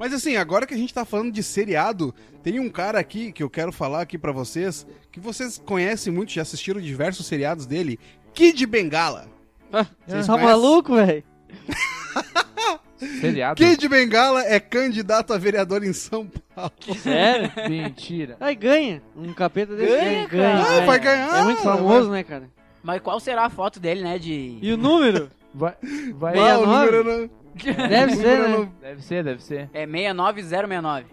Mas assim, agora que a gente tá falando de seriado, tem um cara aqui que eu quero falar aqui pra vocês, que vocês conhecem muito, já assistiram diversos seriados dele, Kid Bengala. Vocês Tá conhecem? maluco, velho? Seriado. Kid Bengala é candidato a vereador em São Paulo. Sério? Mentira. Aí ganha. Um capeta desse Ganha, ganha. ganha, cara. Ah, vai ganhar, É muito famoso, né, cara? Mas qual será a foto dele, né, de... E o número? Vai, vai, Meia Ah, o nove? número não- *laughs* Deve ser, é né? Deve ser, deve ser. É 69069.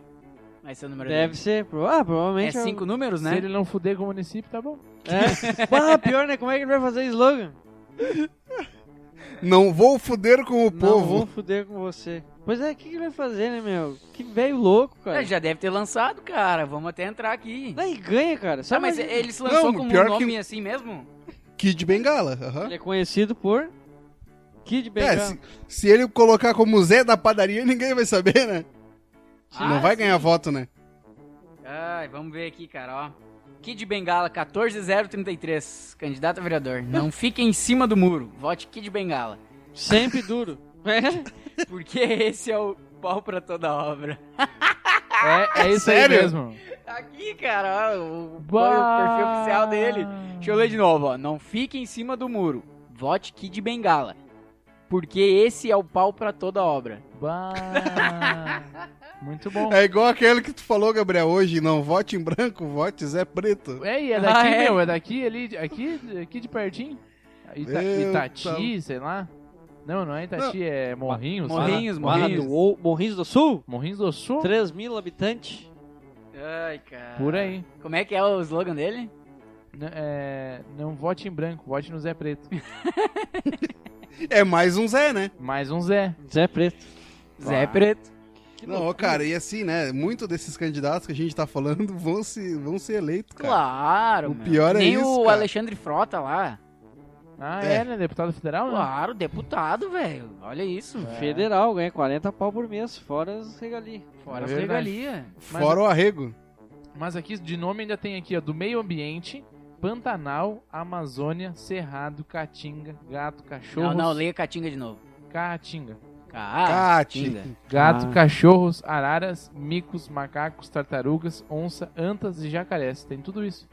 Vai ser o número Deve dele. ser. prova- Ah, É provavelmente. cinco números, Se né? ele não fuder com o município, tá bom. É. Ah, pior, né? Como é que ele vai fazer slogan? Não vou foder com o Não povo. vou fuder com você. Pois é, o que, que ele vai fazer, né, meu? Que velho louco, cara. É, já deve ter lançado, cara. Vamos até entrar aqui. Daí ganha, cara. Só Ah, mas imagina- ele se lançou Não, com pior um que- nome assim mesmo? Kid Bengala. aham. ele é conhecido por Kid É, Bengala. se, se ele colocar como Zé da padaria, *laughs* ninguém vai saber, né? não Ah, vai sim. ganhar voto, né? Ai, vamos ver aqui, cara, ó. Kid Bengala, 14033, candidato a vereador. *laughs* Não fique em cima do muro, vote Kid Bengala. Sempre duro. É. Porque *laughs* esse é o pau pra toda obra. Tá É, é isso Sério? aí mesmo. Aqui, cara, ó, o, Ah, foi o Bah. perfil oficial dele. Deixa eu ler de novo, ó. Não fique em cima do muro, vote Kid Bengala. Porque esse é o pau pra toda obra. Bah. Muito *laughs* bom. É igual aquele que tu falou, Gabriel, hoje. Não vote em branco, vote Zé Preto. É, e é daqui, Ah, é? meu, é daqui, ali, aqui, aqui de pertinho. Ita, Meu Itati, sei lá. Não, não é Itati, é Morrinhos. sei lá. Morrinhos, Lá na do O- Morrinhos do Sul? Morrinhos do Sul? 3 mil habitantes. Ai, cara. Por aí. Como é que é o slogan dele? N- é, não vote em branco, vote no Zé Preto. É mais um Zé, né? Mais um Zé. Zé Preto. Zé Preto. Não, ô, cara, e assim, né? Muito desses candidatos que a gente tá falando *laughs* vão, se, vão ser eleitos, cara. Claro, o meu. pior é Nem isso, o cara. Alexandre Frota lá. Ah, É. é, né? Deputado federal, né? Claro, deputado, velho. Olha isso. É. Federal, ganha 40 pau por mês, fora as regalias. Fora É as verdade. regalias. Fora o arrego. Mas aqui de nome ainda tem aqui, ó, do meio ambiente, Pantanal, Amazônia, Cerrado, Caatinga, Gato, Cachorros. Não, não, leia Caatinga de novo. Caatinga. Cate. Caatinga. Gato, Ah. cachorros, araras, micos, macacos, tartarugas, onça, antas e jacarés. Tem tudo isso.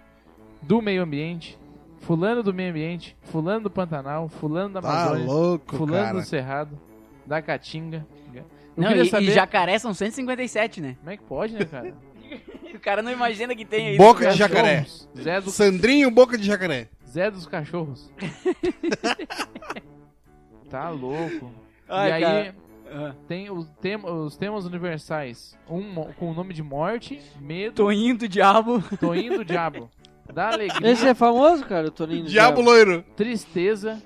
Do meio ambiente, fulano do meio ambiente, fulano do Pantanal, fulano da Tá Amazônia, louco, fulano cara. do Cerrado, da Caatinga. Eu Não, queria e, saber e jacaré são 157, né? como é que pode, né, *laughs* cara? O cara não imagina que tem aí. Boca de jacaré. Cachorros, Zé, do, Sandrinho Boca de Jacaré. Zé dos Cachorros. *laughs* tá louco. e Ai, aí... cara. Ah. Tem os, tem- os temas universais. Um mo- com o nome de morte, medo, Tô indo, diabo. Toinho do Diabo. Da alegria. Esse é famoso, cara, o Toninho. do Diabo loiro. é- Tristeza,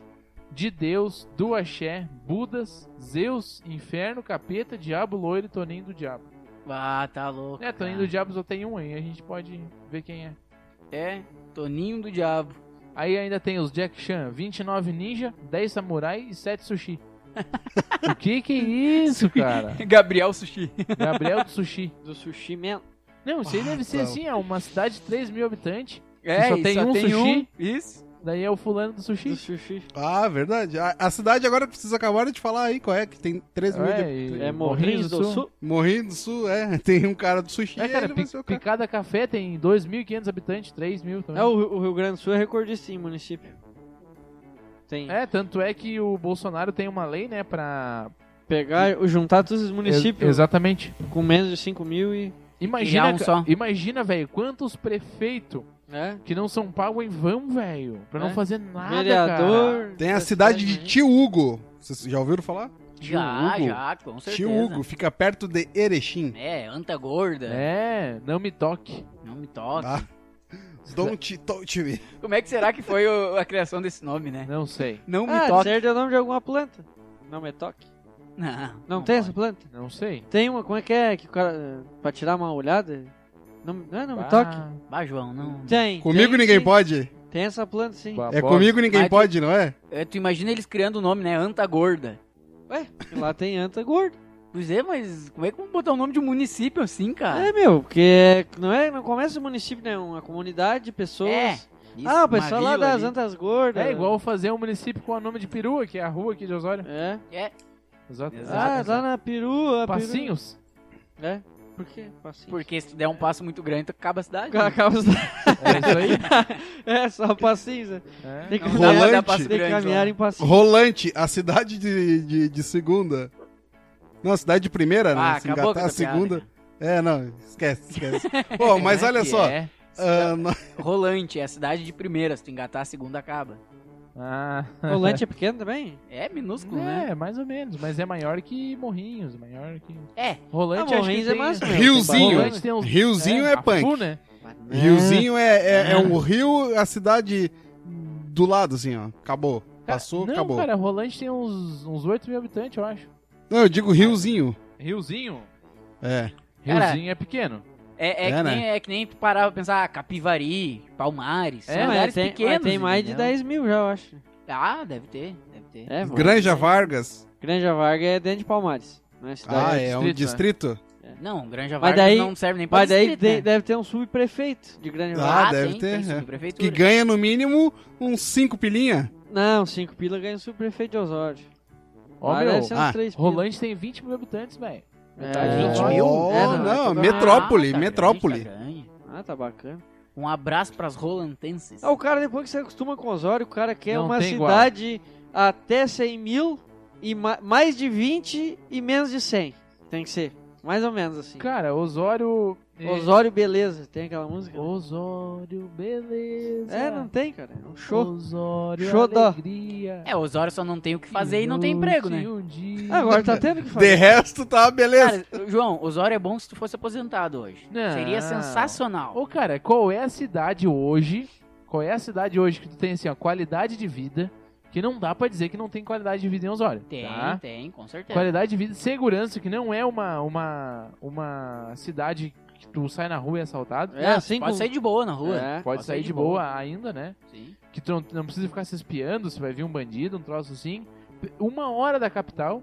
de Deus, do Axé, Budas, Zeus, Inferno, Capeta, Diabo, Loiro e Toninho do Diabo. Ah, tá louco. É, Toninho do Diabo só tem um aí, a gente pode ver quem é. diabo. É, Toninho do diabo. Aí ainda tem os Jack Chan, 29 ninja, 10 samurai e 7 *laughs* sushi. o que que é isso, cara? Gabriel Sushi. Gabriel do Sushi. Do Sushi Man. Não, isso aí deve ser assim, é uma cidade de 3 mil habitantes, É, só e tem um sushi? um. Isso. daí é o fulano do sushi. Do Sushi. Ah, verdade. A, a cidade agora precisa acabar de falar aí qual é, que tem 3 mil de... e- É Morrinhos do Sul. Morrinho do Sul, é. *laughs* Tem um cara do sushi É, e cara, ele vai pi- ser o cara. Picada Café tem 2.500 habitantes, 3.000 também. É, o, Rio- o Rio Grande do Sul é recordista em município. Tem. É, tanto é que o Bolsonaro tem uma lei, né, pra... Pegar, o- juntar todos os Ex- municípios Exatamente. com menos de 5 mil e. Imagina, Criar um ca- só. imagina, velho, quantos prefeitos É. que não são pagos em vão, velho, pra não É. fazer nada, cara. Vereador. Tem a da cidade de né? Tio Hugo. Vocês já ouviram falar? Tio já, Hugo. já, com certeza. Tio Hugo, fica perto de Erechim. É, anta gorda. É, não me toque. Não me toca. Ah. Don't touch me. Como é que será que foi o- a criação desse nome, né? Não sei, Não me Ah, toca. certo é o nome de alguma planta. Não me toque. Não, Não, tem pode. essa planta? não sei. Tem uma, como é que é? Que o cara. Pra tirar uma olhada. Não, não é, não me Bah, toque. Bah, João, não. Tem. Comigo tem, ninguém sim. pode. Tem essa planta sim. É babosa. comigo ninguém Tá Mas- pode, não é? É, tu imagina eles criando o nome, né? Anta gorda. Lá tem anta gorda. Pois é, mas como é que vão botar o nome de um município assim, cara? É, meu, porque é- não é, não começa o município, né? Uma comunidade de pessoas. É, Isso, ah, o uma pessoal lá vila das ali. antas gordas. É igual fazer um município com o nome de Perua, que é a rua aqui de Osório. É. Exato. Ah, lá na perua. *laughs* Passinhos. Peru. É. Por quê? Passinhos. *laughs* Porque se tu der um passo muito grande, tu acaba a cidade. né? Ca- *laughs* acaba os- É isso aí. é, só passinhos. né? É. Tem que, Não dá pra dar Volante. passo tem que grande. caminhar João. em passinhos. Rolante, a cidade de, de, de segunda. Não, a cidade de primeira, né? Ah, Se acabou engatar com a essa piada, né? segunda. É, não, esquece, *laughs* esquece. Pô, mas Como é olha que só. é? ah, nó- Rolante, é a cidade de primeira. Se tu engatar, a segunda acaba. Ah. Rolante é pequeno também? É minúsculo, né? É, mais ou menos, mas é maior que Morrinhos, maior que... É. Rolante Ah, acho que Morrinhos é tem... mais ou menos. Riozinho. Rolante tem uns... Riozinho é, a punk. Fu, né? Riozinho é, é, é um rio, a cidade do lado, assim, ó. Acabou. Passou, Não, acabou. cara, Rolante tem uns, uns 8 mil habitantes, eu acho. Não, eu digo riozinho. Riozinho? É. Cara- Riozinho é pequeno. É, é, É, que né? nem, é que nem tu parar pra pensar, ah, Capivari, Palmares, É, são mas lugares tem, pequenos. mas tem mais de entendeu? 10 mil já, eu acho. Ah, deve ter, deve ter. É, mano. Granja Vargas. Granja Varga é dentro de Palmares. Não é cidade. Ah, é, um distrito, distrito? Não, Granja Mas Vargas daí- não serve nem pra Mas daí distrito, tem- né? deve ter um subprefeito de Granja Varga. Ah, deve tem, ter, tem é. subprefeitura. Que ganha no mínimo uns 5 pilinha. Ah. Não, 5 pila ganha o subprefeito de Osório. Ó, Lá meu, deve ser uns ah, três pila. Rolante tem 20 mil habitantes, velho. Tá, É, Ah, 20 mil? Oh, É, não, é não, tudo- metrópole, Ah, tá metrópole. grande, tá grande. Ah, tá bacana. Um abraço pras rolantenses. É Ah, o cara, depois que se acostuma com Osório, o cara quer Não uma tem igual. cidade até 100 mil, e ma- mais de 20 e menos de 100. Tem que ser. Mais ou menos assim. Cara, Osório... é- Osório Beleza, tem aquela música? Osório, beleza. É, não tem, cara. É um show. Osório, Show da- alegria. É, Osório só não tem o que fazer e não tem emprego, né? Um dia... Agora tá tendo que De fazer. resto, tá beleza. Cara, João, Osório é bom se tu fosse aposentado hoje. Não. Seria sensacional. É. Ô, cara, qual é a cidade hoje? Qual é a cidade hoje que tu tem assim, ó, qualidade de vida, que não dá pra dizer que não tem qualidade de vida em Osório. Tem, tá? tem, com certeza. Qualidade de vida e segurança, que não é uma, uma, uma cidade que tu sai na rua e é assaltado. É, assim Pode com- sair de boa na rua. É. Pode sair de boa, ainda, né? Sim. Que tu não, não precisa ficar se espiando se vai vir um bandido, um troço assim. Uma hora da capital,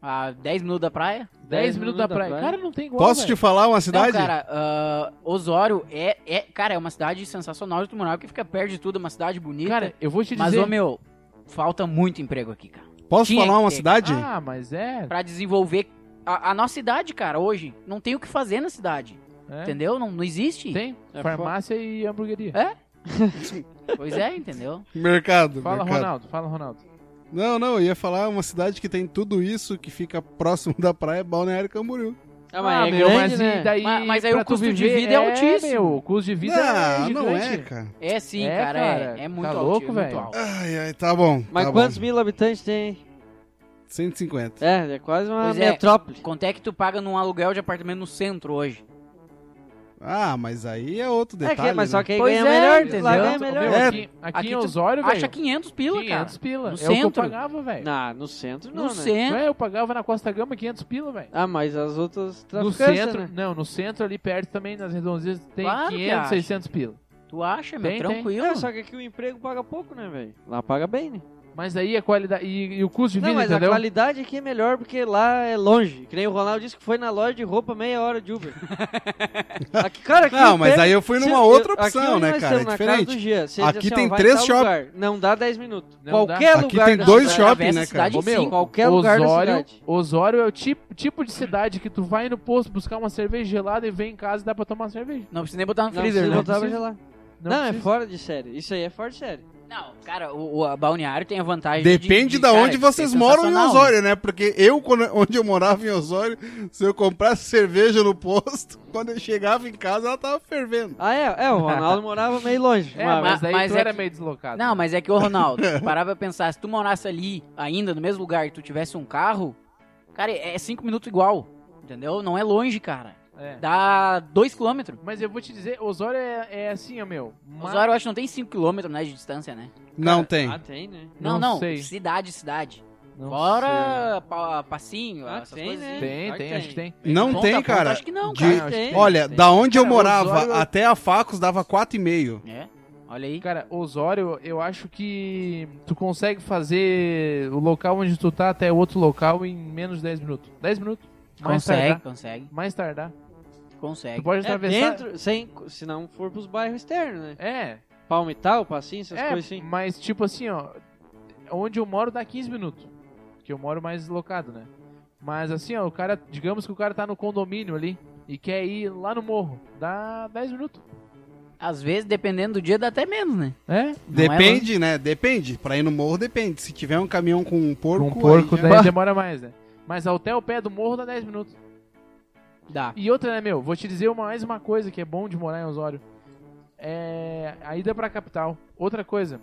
A 10 minutos da praia. 10, minutos da praia. Cara, não tem igual, Posso velho. te falar uma cidade? Não, cara, ah, Osório é, é, cara, é uma cidade sensacional de tu morar, porque fica perto de tudo, é uma cidade bonita. Cara, eu vou te dizer... mas, ô meu, falta muito emprego aqui, cara. Posso tinha falar que uma ter. cidade? Ah, mas é... Pra desenvolver a, a nossa cidade, cara, hoje, não tem o que fazer na cidade, é. entendeu? Não, não existe. Tem É farmácia e hamburgueria. É? Pois é, entendeu? Mercado, Fala, mercado. Ronaldo, fala, Ronaldo. Não, não, eu ia falar uma cidade que tem tudo isso que fica próximo *laughs* da praia, Balneário Camboriú. Ah, mas é meu, grande, mas né? e daí... Ma- mas aí o pra tu custo de viver- vida é altíssimo. meu, o custo de vida é não, gigante. não é, cara. É sim, É, cara, cara, é, é tá muito alto, louco, é muito velho? alto. Ai, ai, tá bom. Mas tá quantos bom. mil habitantes tem? 150. É, é quase uma Pois é. metrópole. Quanto é que tu paga num aluguel de apartamento no centro hoje? Ah, mas aí é outro É, detalhe. que, mas né? só quem Pois ganha é, melhor, entendeu? lá Meu, ganha melhor. É. aqui, aqui Aqui em tu Osório, velho... Acha 500 pila, 500 cara. pila. No é o que centro. eu pagava, velho. Não, no centro não, No né? centro. Ué, eu pagava na Costa Gama 500 pila, velho. Ah, mas as outras No traficantes, centro, né? não, no centro ali perto também, nas redondezas, tem Claro que 500, acha. 600 pila. Tu acha, meu? Tem, tem. tranquilo. É, só que aqui o emprego paga pouco, né, velho? Lá paga bem, né? Mas aí a qualidade, e, e o custo de Não, vida, mas entendeu? a qualidade aqui é melhor porque lá é longe. Que nem o Ronaldo disse que foi na loja de roupa meia hora de *laughs* Uber. Aqui, cara, aqui Não, eu mas pego- aí eu fui se- numa outra aqui opção, onde né, nós cara? É estamos, na diferente. casa do Gia, você diz Aqui ó, tem vai três tal shop- lugar. Não dá 10 minutos. Não Qualquer Aqui lugar tem da dois cidade. shopping, né, cara? Cidade, Ô, meu, sim. Qualquer lugar da Osório, cidade. Osório é o tipo, tipo de cidade que tu vai no posto buscar uma cerveja gelada e vem em casa e dá pra tomar uma cerveja. Não precisa nem botar no Não freezer, precisa né? botar pra gelar. Não, é precisa. fora de série. Isso aí é fora de série. Não, cara, o, o a balneário tem a é vantagem Depende de, de, da cara, onde é vocês moram em sensacional, Osório, né? Porque eu, quando- onde eu morava em Osório, se eu comprasse cerveja no posto, *laughs* quando eu chegava em casa, ela tava fervendo. Ah, é? É, o Ronaldo morava meio longe. É, mas- mas daí mas tu é era que- meio deslocado. Não, mas é que, ô Ronaldo, tu parava pra pensar, se tu morasse ali ainda, no mesmo lugar, e tu tivesse um carro, cara, é 5 minutos igual, entendeu? Não é longe, cara. É. Dá 2 km. Mas eu vou te dizer, Osório é, é assim, ó, meu. ma- Osório, eu acho que não tem 5 km né, de distância, né? não Cara, tem. Ah, tem, né? Não, Não não, sei. cidade, cidade. Não Fora pa- passinho, Ah, essas tem, coisas. né? assim. Tem, Claro tem, que acho tem. que tem. Não Ponta a tem, ponta, cara. Acho que não, De- cara. tem. Olha, da onde eu Cara, morava Osório- até a Facos dava 4,5. É, olha aí. Cara, Osório, eu acho que tu consegue fazer o local onde tu tá até outro local em menos de 10 minutos. 10 minutos? Mais Consegue, tá? tardar. consegue, Mais tardar. Tu consegue. pode É atravessar. dentro, sem, se não for pros bairros externos, né? É, Palmital, Passinho, essas é, coisas assim. mas tipo assim, ó. Onde eu moro dá 15 minutos. Que eu moro mais deslocado, né? Mas assim, ó, o cara, digamos que o cara tá no condomínio ali e quer ir lá no morro, dá 10 minutos. Às vezes, dependendo do dia, dá até menos, né? É? Não é Depende, né? Depende. Pra ir no morro, depende. Se tiver um caminhão com um porco. Um porco aí já- daí demora mais, né? Mas até o pé do morro dá 10 minutos. Dá. E outra, né, meu? Vou te dizer uma- mais uma coisa que é bom de morar em Osório. É a ida pra capital. Outra coisa.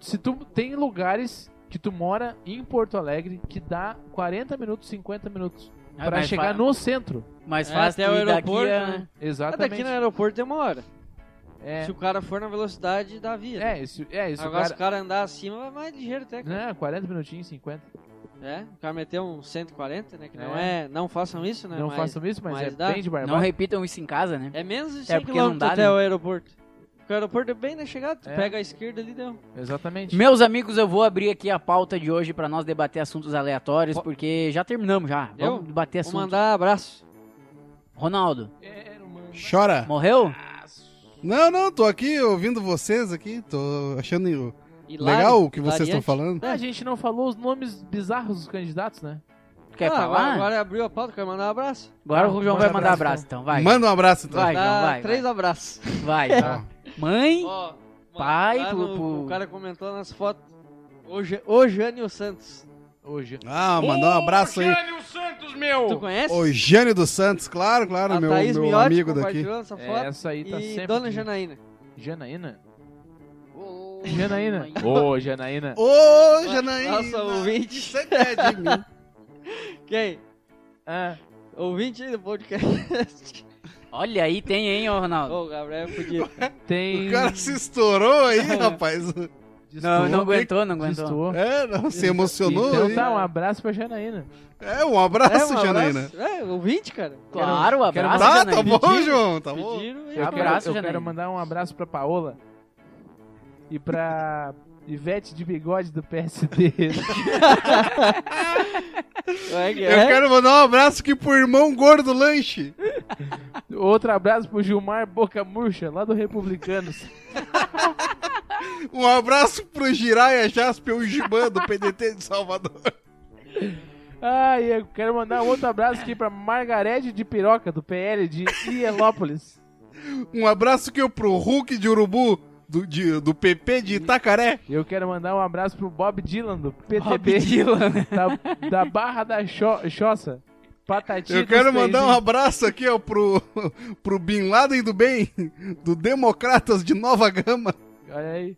Se tu tem lugares que tu mora em Porto Alegre que dá 40 minutos, 50 minutos Ah, pra mas chegar fa- no centro. Mais É, fácil até o tu ir aeroporto, daqui a... né? Ah, Exatamente. daqui no aeroporto tem uma hora. É, Se o cara for na velocidade da via. né? é isso, é isso. Agora, Cara... Né? se o cara andar acima, vai mais ligeiro até. Cara. Não, 40 minutinhos, 50. É, o cara meteu um 140, né? Que não É. é. Não façam isso, né? não mas façam isso, mas, mas é dá. bem de Não barbado. repitam isso em casa, né? É menos de É 100 porque km não dá, até né? o aeroporto. Porque o aeroporto é bem na chegada. Tu É. pega a esquerda ali deu. Exatamente. Meus amigos, eu vou abrir aqui a pauta de hoje pra nós debater assuntos aleatórios, porque já terminamos já. Eu? Vamos debater Vou assuntos. mandar abraço. Ronaldo, Chora. morreu? Não, não, tô aqui ouvindo vocês aqui. Tô achando Hilário, legal o que vocês hilariante. estão falando. Ah, a gente não falou os nomes bizarros dos candidatos, né? Tu quer Ah, falar? Agora, Agora, agora abriu a pauta, quero mandar um abraço. o João Manda vai mandar abraço, abraço, então. Vai. Manda um abraço, então. Ah. Vai, Dá João, vai. três abraços. *laughs* Vai. Ó. Mãe, Ó, Pai, lá pro- no- pro- O cara comentou nas fotos. O, Ja- o Jânio Santos. Hoje. Ah, mandar um abraço aí. Santos, meu! Tu conhece? O Jânio dos Santos, claro, claro, a meu, Thaís meu Miotti amigo daqui. compartilhou essa É, foto. essa aí tá sempre. e Dona de- Janaína. Janaína? Ô, né? Janaína. mãe. Ô, Janaína. Ô, Janaína! Nossa, ouvinte. Você quer de mim. Quem? Ah, Ouvinte aí do podcast. Olha aí, tem, hein, ô Ô, Ronaldo. *laughs* o Gabriel podia. tem. *laughs* O cara se estourou aí, rapaz. Não, não Estou- aguentou, não aguentou. É, não, se emocionou. Então hein? tá, um abraço pra Janaína. É, um abraço, um Janaína. abraço. É, ouvinte, cara. Claro, um quero abraço, Tá, tá Janaína. bom, Pediram, João, tá bom. Pediram e- Eu Abraço, quero, eu Janaína. quero mandar um abraço pra Paola e pra Ivete de bigode do PSD. É, que Eu é. quero mandar um abraço aqui pro irmão gordo lanche. Outro abraço pro Gilmar Boca Murcha, lá do Republicanos. Um abraço pro Jiraya Jasper Ujiban, do PDT de Salvador. Ah, e eu quero mandar um outro abraço aqui pra Margarete de Piroca, do PL de Hielópolis. Um abraço aqui pro Hulk de Urubu, do, de- do PP de Itacaré. E eu quero mandar um abraço pro Bob Dylan, do Bob PTB, Dylan. da, da Barra da Cho Choça. Patati Eu dos quero mandar um Peizinhos. abraço aqui, ó, pro, pro Bin Laden do Bem, do Democratas de Nova Gama. Olha aí.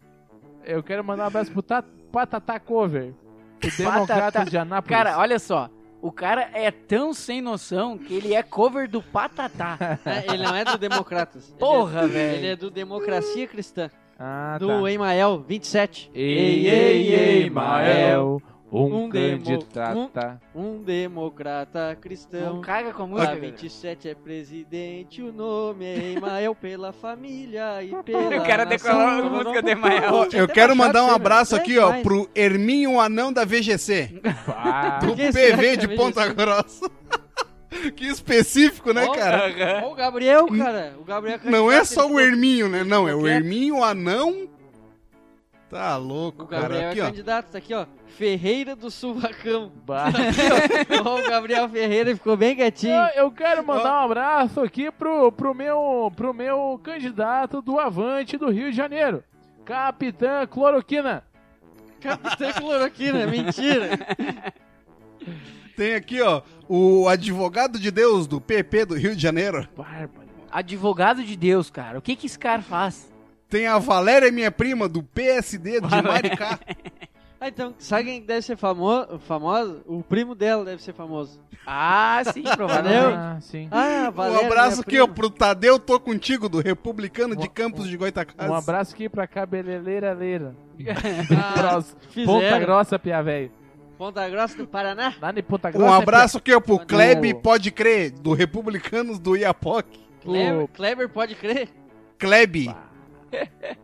Eu quero mandar um abraço pro Ta- Patatá Cover, o Patatá- Democrata de Anápolis. Cara, olha só. O cara é tão sem noção que ele é cover do Patatá. É, Ele não é do Democratas. Ele Porra, é- velho. Ele é do Democracia Cristã. Ah, do Emael 27. Ei, ei, ei, Mael, um, Um demo- candidato. Um democrata Não cristão. caga com a A música, velho. 27 é presidente, o nome é Emael pela família e pela O cara decorou a música do Emael. Ó, eu quero mandar um abraço né? aqui, ó, pro Herminho Anão da VGC, Pá. do que será que PV é de VGC? Ponta Grossa. Que específico, né, Ó, cara? Hum. Ó, o Gabriel, cara. O Gabriel Não é candidato, só ele o Herminho, né? Não, é o Qualquer- Herminho Anão. Tá louco, O Gabriel cara. Aqui, é ó. candidato, tá aqui, ó. Ferreira do Suvacão. Bah. Ó, o Gabriel Ferreira ele ficou bem quietinho. Eu, eu quero mandar um abraço aqui pro, pro, meu, pro meu candidato do Avante do Rio de Janeiro, Capitã Cloroquina. Capitã Cloroquina, mentira. Tem aqui, ó, o advogado de Deus do PP do Rio de Janeiro. Bárbaro. Advogado de Deus, cara. O que que esse cara faz? Tem a Valéria, minha prima, do PSD de Maricá. Ah, então, sabe quem deve ser famo famoso? O primo dela deve ser *laughs* famoso. Ah, *laughs* sim, provavelmente. Ah, sim. Ah, valeu. um abraço aqui, ó, pro Tadeu Tô Contigo, do Republicano de Campos de Goitacazes. Um abraço aqui pra Cabeleireira Leira. Ah, Pros- Ponta Grossa, Pia Velho. Ponta Grossa do Paraná. Lá em Ponta Grossa. é Um abraço aqui, ó, pro Tadeu. Klebe Pode Crer, do Republicanos do Iapoc. Kleber, Kleber, pode crer. Klebe. é Pia-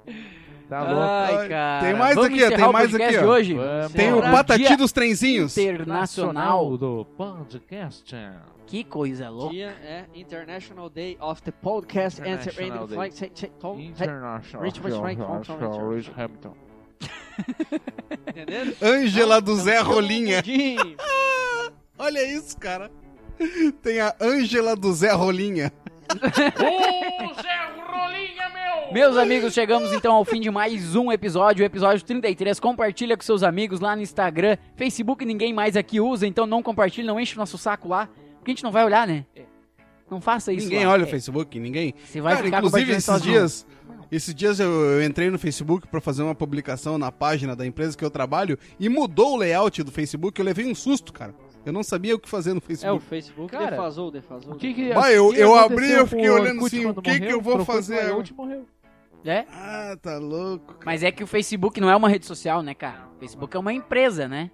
Tá louco. Ai, cara. Tem mais Vamos aqui, ó, encerrar tem o mais podcast aqui, ó. de hoje. Vamos. Tem o Bora. Patati Dia dos Trenzinhos. Internacional. do Podcast. Que coisa louca. Dia é International Day of the Podcast Answer International and Day. Flight Check Check Oh, Tom. International. Rich Rich Frank, Tom, Tom, Tom. Rich Hamilton. Entendeu? Ângela do Zé Então, É Rolinha. *laughs* Mundinho. Olha isso, cara. Tem a Ângela do Zé Rolinha. Meus amigos, chegamos então ao fim de mais um episódio, o episódio 33. Compartilha com seus amigos lá no Instagram, Facebook ninguém mais aqui usa, então não compartilha, não enche o nosso saco lá, porque a gente não vai olhar, né? É. Não faça isso. Ninguém lá. é. olha o Facebook, ninguém. Você vai Cara, ficar inclusive compartilhando esses sozinho. dias, esses dias eu, eu entrei no Facebook pra fazer uma publicação na página da empresa que eu trabalho e mudou o layout do Facebook, eu levei um susto, cara. Eu não sabia o que fazer no É, *laughs* o Facebook. Facebook Cara, defasou, defasou. O que que Bah, eu- o que eu aconteceu abri, eu com fiquei o olhando Orkut assim, quando o que que eu vou Procura fazer o agora? Orkut morreu. É? Ah, tá louco. cara. Mas é que o Facebook não é uma rede social, né, cara? O Facebook é uma empresa, né?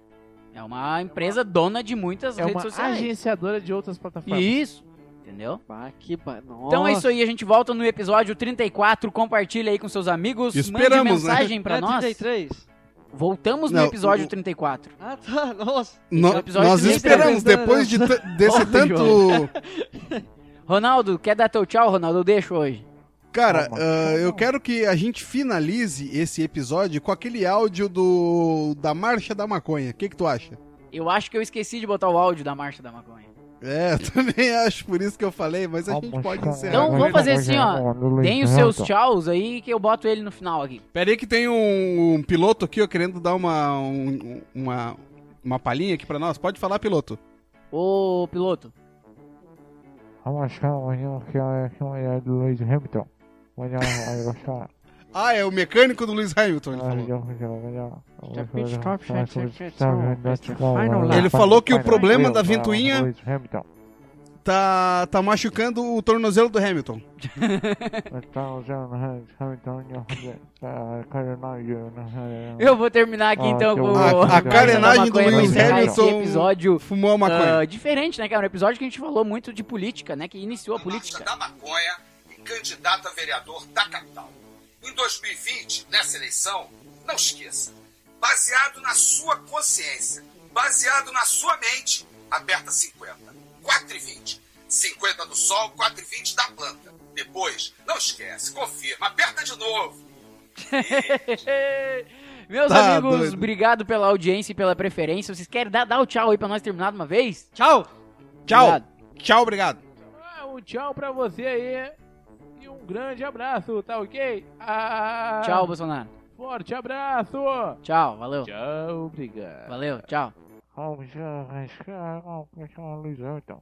É uma empresa dona de muitas É redes uma sociais. agenciadora de outras plataformas. Isso. Entendeu? Ah, que ba... Nossa. é? Então é isso aí, a gente volta no episódio 34. Compartilha aí com seus amigos. Mande Esperamos, né? mensagem pra é nós. 33? Voltamos no Não, episódio o- 34. Ah, tá. *laughs* Nossa. No- é episódio nós 33, esperamos, depois de ta- desse *laughs* Porra, tanto. Ronaldo, quer dar teu tchau, Ronaldo? Eu deixo hoje. Cara, Calma, ah, eu quero que a gente finalize esse episódio com aquele áudio do da Marcha da Maconha. O que, que tu acha? Eu acho que eu esqueci de botar o áudio da Marcha da Maconha. É, *laughs* eu também acho, por isso que eu falei, mas a gente pode encerrar. Então com vamos ele. fazer assim, ó. Deem é, os então. seus tchauz aí que eu boto ele no final aqui. Pera aí que tem um, um piloto aqui, ó, querendo dar uma, um- uma, uma palhinha aqui pra nós. Pode falar, piloto. Ô, piloto. Vamos achar amanhã que é a mulher do Lewis Hamilton. Melhor, eu vou achar. um Ah, é o mecânico do Lewis Hamilton, ele Ah, falou. melhor, melhor, melhor. The Eu vou pit achar, stop, eu vou check, check, achar, check, eu vou check, achar. final Ele Final falou que o lap, problema final da lap, ventoinha- Lewis Hamilton. tá, tá machucando o tornozelo do Hamilton. Tá usando Hamilton e a Carenagem. Eu vou terminar aqui Ah, então que com horror. o- A- a com carenagem essa do maconha pra Lewis encerrar esse Hamilton episódio Fumou a maconha. ah, diferente, né, cara? Um episódio que a gente falou muito de política, né? Que iniciou a política. da maconha e candidato a vereador da capital. Em 2020, nessa eleição, não esqueça, baseado na sua consciência, baseado na sua mente, aperta 50, 4 e 20. 50 do sol, 4 e 20 da planta. Depois, não esquece, confirma, aperta de novo. Meus Tá amigos, doido. obrigado pela audiência e pela preferência. Vocês querem dar, dar o tchau aí pra nós terminar de uma vez? Tchau! Tchau. Obrigado. Tchau, obrigado. Ah, um tchau pra você aí. E um grande abraço, tá ok? Ah, Tchau, Bolsonaro. Forte abraço. Tchau, valeu. Tchau, obrigado. Valeu, tchau. Vamos arriscar, vamos a luz Hamilton.